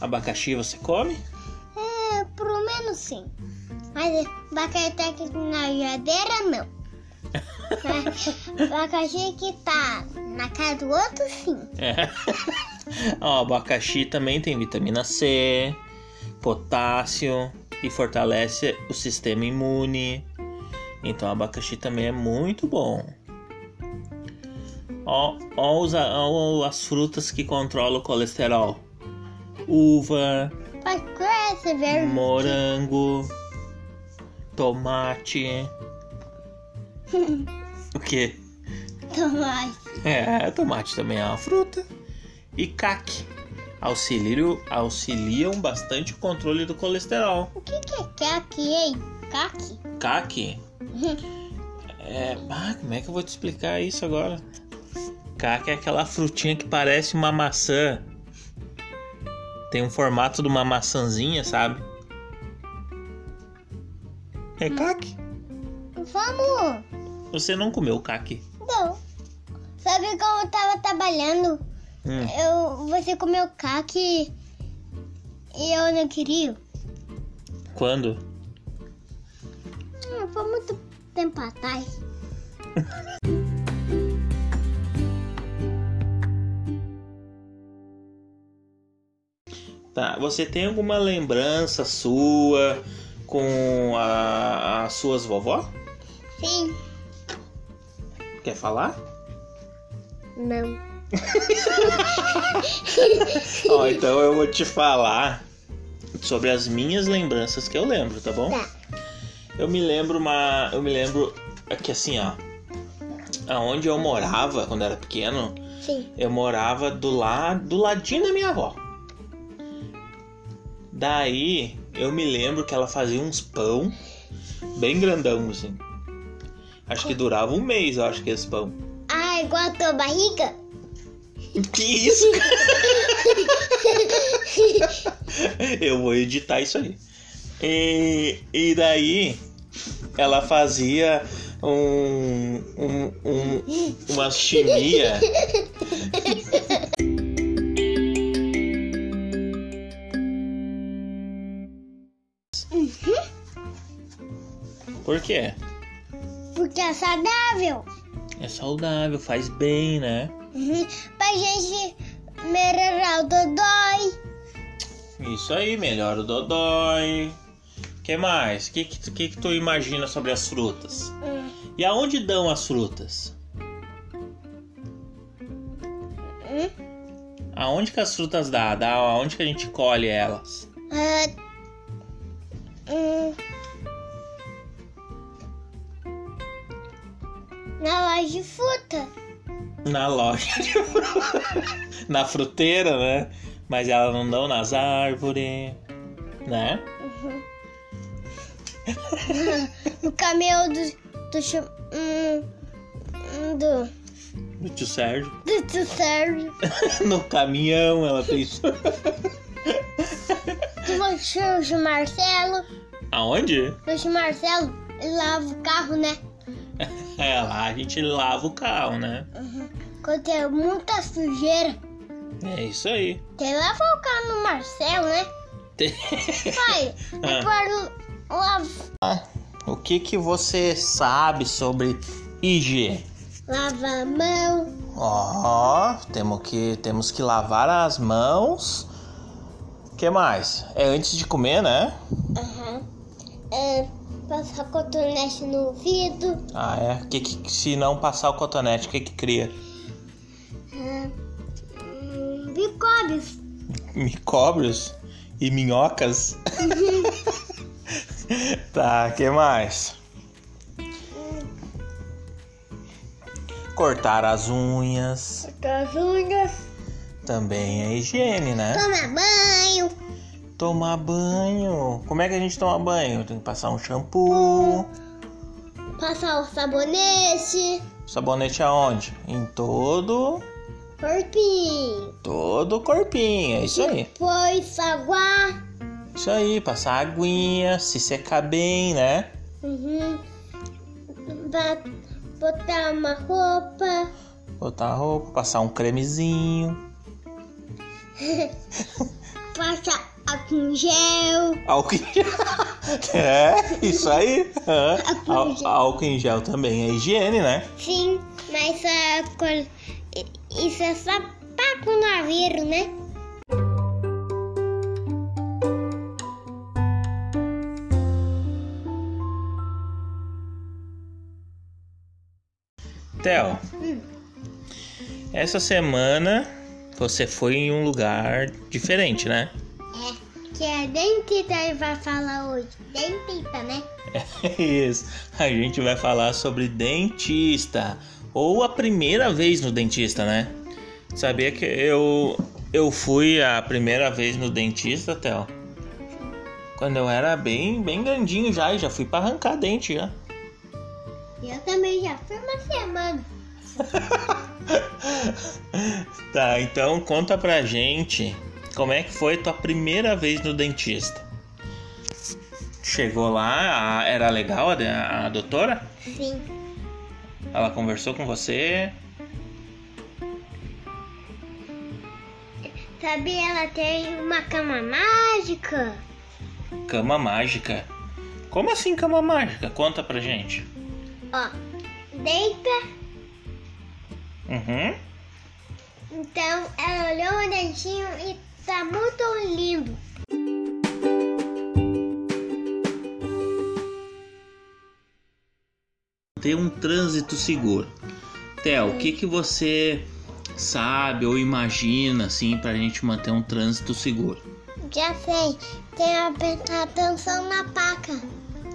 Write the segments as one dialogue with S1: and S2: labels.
S1: Abacaxi você come?
S2: É, pelo menos sim. Mas abacaxi que tá na geladeira, não. Mas abacaxi que tá na casa do outro, sim.
S1: É. Ó, abacaxi também tem vitamina C, potássio e fortalece o sistema imune. Então, abacaxi também é muito bom. Ó, ó, os a- ó as frutas que controlam o colesterol: uva,
S2: Mas conhece verde.
S1: morango, tomate. o que?
S2: Tomate.
S1: É, tomate também é uma fruta. E caque. Auxiliam, auxiliam bastante o controle do colesterol.
S2: O que que é caque, hein? Caque?
S1: Caque. É, ah, como é que eu vou te explicar isso agora? Caque é aquela frutinha que parece uma maçã. Tem um formato de uma maçãzinha, sabe? É caque.
S2: Vamos!
S1: Você não comeu caque.
S2: Não. Sabe como eu tava trabalhando?
S1: Hum.
S2: Eu, você comeu caque e eu não queria.
S1: Quando?
S2: Hum, foi muito tempo atrás.
S1: Tá, você tem alguma lembrança sua com a- as suas vovó?
S2: Sim.
S1: Quer falar?
S2: Não.
S1: Ó, então eu vou te falar sobre as minhas lembranças que eu lembro, tá bom?
S2: Tá.
S1: Eu me lembro uma. Eu me lembro que assim, ó. Aonde eu morava quando era pequeno,
S2: Sim.
S1: eu morava do lado do ladinho da minha avó. Daí eu me lembro que ela fazia uns pão bem grandão, assim. Acho que durava um mês, eu acho que esse pão.
S2: Ah, igual a tua barriga?
S1: Que isso, cara? Eu vou editar isso aí. E, e daí ela fazia um, um, um uma chimia. Por quê?
S2: Porque é saudável.
S1: É saudável, faz bem, né?
S2: Uhum. Pra gente melhorar o dodói.
S1: Isso aí, melhora o dodói. Que mais? O que, que, tu- que, que tu imagina sobre as frutas?
S2: Hum.
S1: E aonde dão as frutas?
S2: Hum.
S1: Aonde que as frutas dá? dá aonde que a gente colhe elas?
S2: Ah, hum. Na loja de fruta.
S1: Na loja de frutas. Na fruteira, né? Mas elas não dão nas árvores, né?
S2: O caminhão do. do. cham- hum, hum, do.
S1: Do tio Sérgio.
S2: do tio Sérgio.
S1: No caminhão ela tem isso.
S2: Do tio Ju Marcelo.
S1: Aonde?
S2: Do tio Marcelo, ele lava o carro, né?
S1: É, lá a gente lava o carro, né?
S2: Quando tem muita sujeira.
S1: É isso aí.
S2: Quem lava o carro no Marcelo, né? Pai,
S1: Ah.
S2: é para lava,
S1: O que que você sabe sobre higiene?
S2: lava a mão.
S1: Ó, temos que temos que lavar as mãos. Que mais? É antes de comer, né?
S2: Aham. É, passar cotonete no ouvido.
S1: Ah, é. O Que, que se não passar o cotonete, o que que cria?
S2: É, hum, bicobes.
S1: Micóbrios e minhocas. tá, que mais? Cortar as unhas
S2: Cortar as unhas.
S1: também é higiene, né?
S2: Tomar banho.
S1: Tomar banho. Como é que a gente toma banho? Tem que passar um shampoo.
S2: Passar o sabonete.
S1: Sabonete aonde? Em todo,
S2: Corpinho.
S1: todo o corpinho. É isso aí.
S2: Depois aguar.
S1: Isso aí, passar aguinha, se secar bem, né?
S2: Uhum. Ba- Botar uma roupa.
S1: Botar roupa, passar um cremezinho.
S2: passa álcool em gel.
S1: Álcool em gel. É, isso aí. Hã?
S2: Álcool em gel.
S1: Á- Álcool em gel também é higiene, né?
S2: Sim, mas a coisa- isso é só pra coronavírus, né?
S1: Theo,
S2: Hum.
S1: essa semana você foi em um lugar diferente, né?
S2: É, que a dentista aí vai falar hoje. Dentista, né?
S1: É isso. A gente vai falar sobre dentista. Ou a primeira vez no dentista, né? Sabia que eu, eu fui a primeira vez no dentista, Theo? Quando eu era bem, bem grandinho já, e já fui pra arrancar dente já.
S2: Eu também já fui uma semana.
S1: Tá, então conta pra gente como é que foi tua primeira vez no dentista. Chegou lá, a- era legal a, de- a doutora?
S2: Sim.
S1: Ela conversou com você?
S2: Sabia, ela tem uma cama mágica.
S1: Cama mágica. Como assim cama mágica? Conta pra gente.
S2: Ó, deita.
S1: Uhum.
S2: Então, ela olhou o dentinho e tá muito lindo.
S1: Ter um trânsito seguro. Theo, o que, que você sabe ou imagina assim pra gente manter um trânsito seguro?
S2: Já sei, tem a prestar atenção na paca.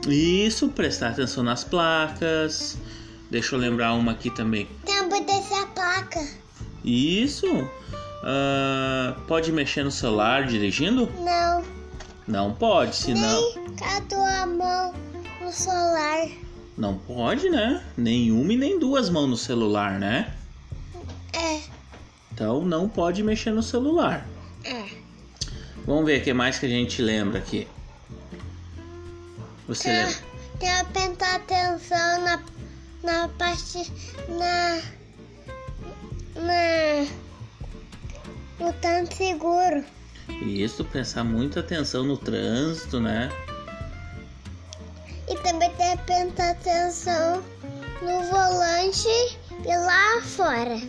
S1: Isso, prestar atenção nas placas. Deixa eu lembrar uma aqui também.
S2: Tem um a proteger a placa.
S1: Isso. Ah, pode mexer no celular dirigindo?
S2: Não,
S1: Não pode, senão.
S2: nem com a tua mão no solar.
S1: Não pode, né? Nenhuma e nem duas mãos no celular, né?
S2: É,
S1: Então não pode mexer no celular.
S2: é.
S1: Vamos ver o que mais que a gente lembra aqui. Você
S2: Tem,
S1: lembra?
S2: a- tem a prestar atenção na, na parte. na. na. no tanto seguro.
S1: Isso, prestar muita atenção no trânsito, né?
S2: E também tem que prestar atenção no volante e lá fora.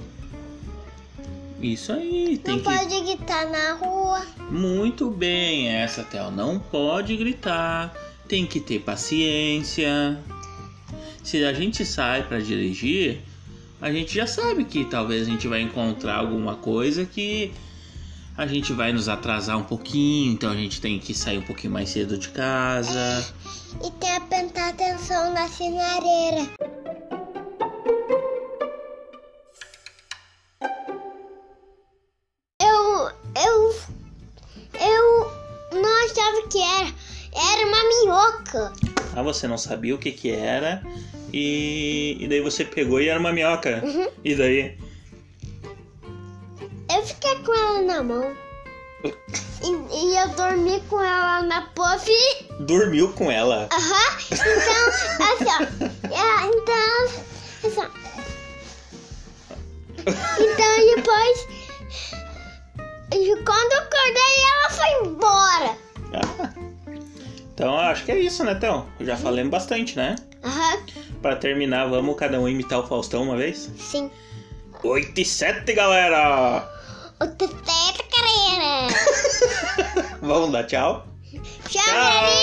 S1: Isso aí, tem
S2: Não
S1: que.
S2: pode gritar na rua.
S1: Muito bem, essa Tel não pode gritar, tem que ter paciência. Se a gente sai para dirigir, a gente já sabe que talvez a gente vai encontrar alguma coisa que a gente vai nos atrasar um pouquinho, então a gente tem que sair um pouquinho mais cedo de casa.
S2: E tem que prestar atenção na sinareira. Eu. Eu. Eu não achava que era. Era uma minhoca.
S1: Ah, você não sabia o que que era e, e daí você pegou e era uma minhoca. E daí?
S2: Eu fiquei com ela na mão. E, e eu dormi com ela na puff.
S1: Dormiu com ela.
S2: Aham. Então, assim, ó. É, então. Assim, ó. Então depois. e Quando eu acordei, ela foi embora.
S1: Ah. Então acho que é isso, né, Tão? Já falamos bastante, né?
S2: Aham.
S1: Pra terminar, vamos cada um imitar o Faustão uma vez?
S2: Sim.
S1: 8 e 7, galera!
S2: O Tete Carreira.
S1: vamos dar tchau?
S2: Tchau, galera.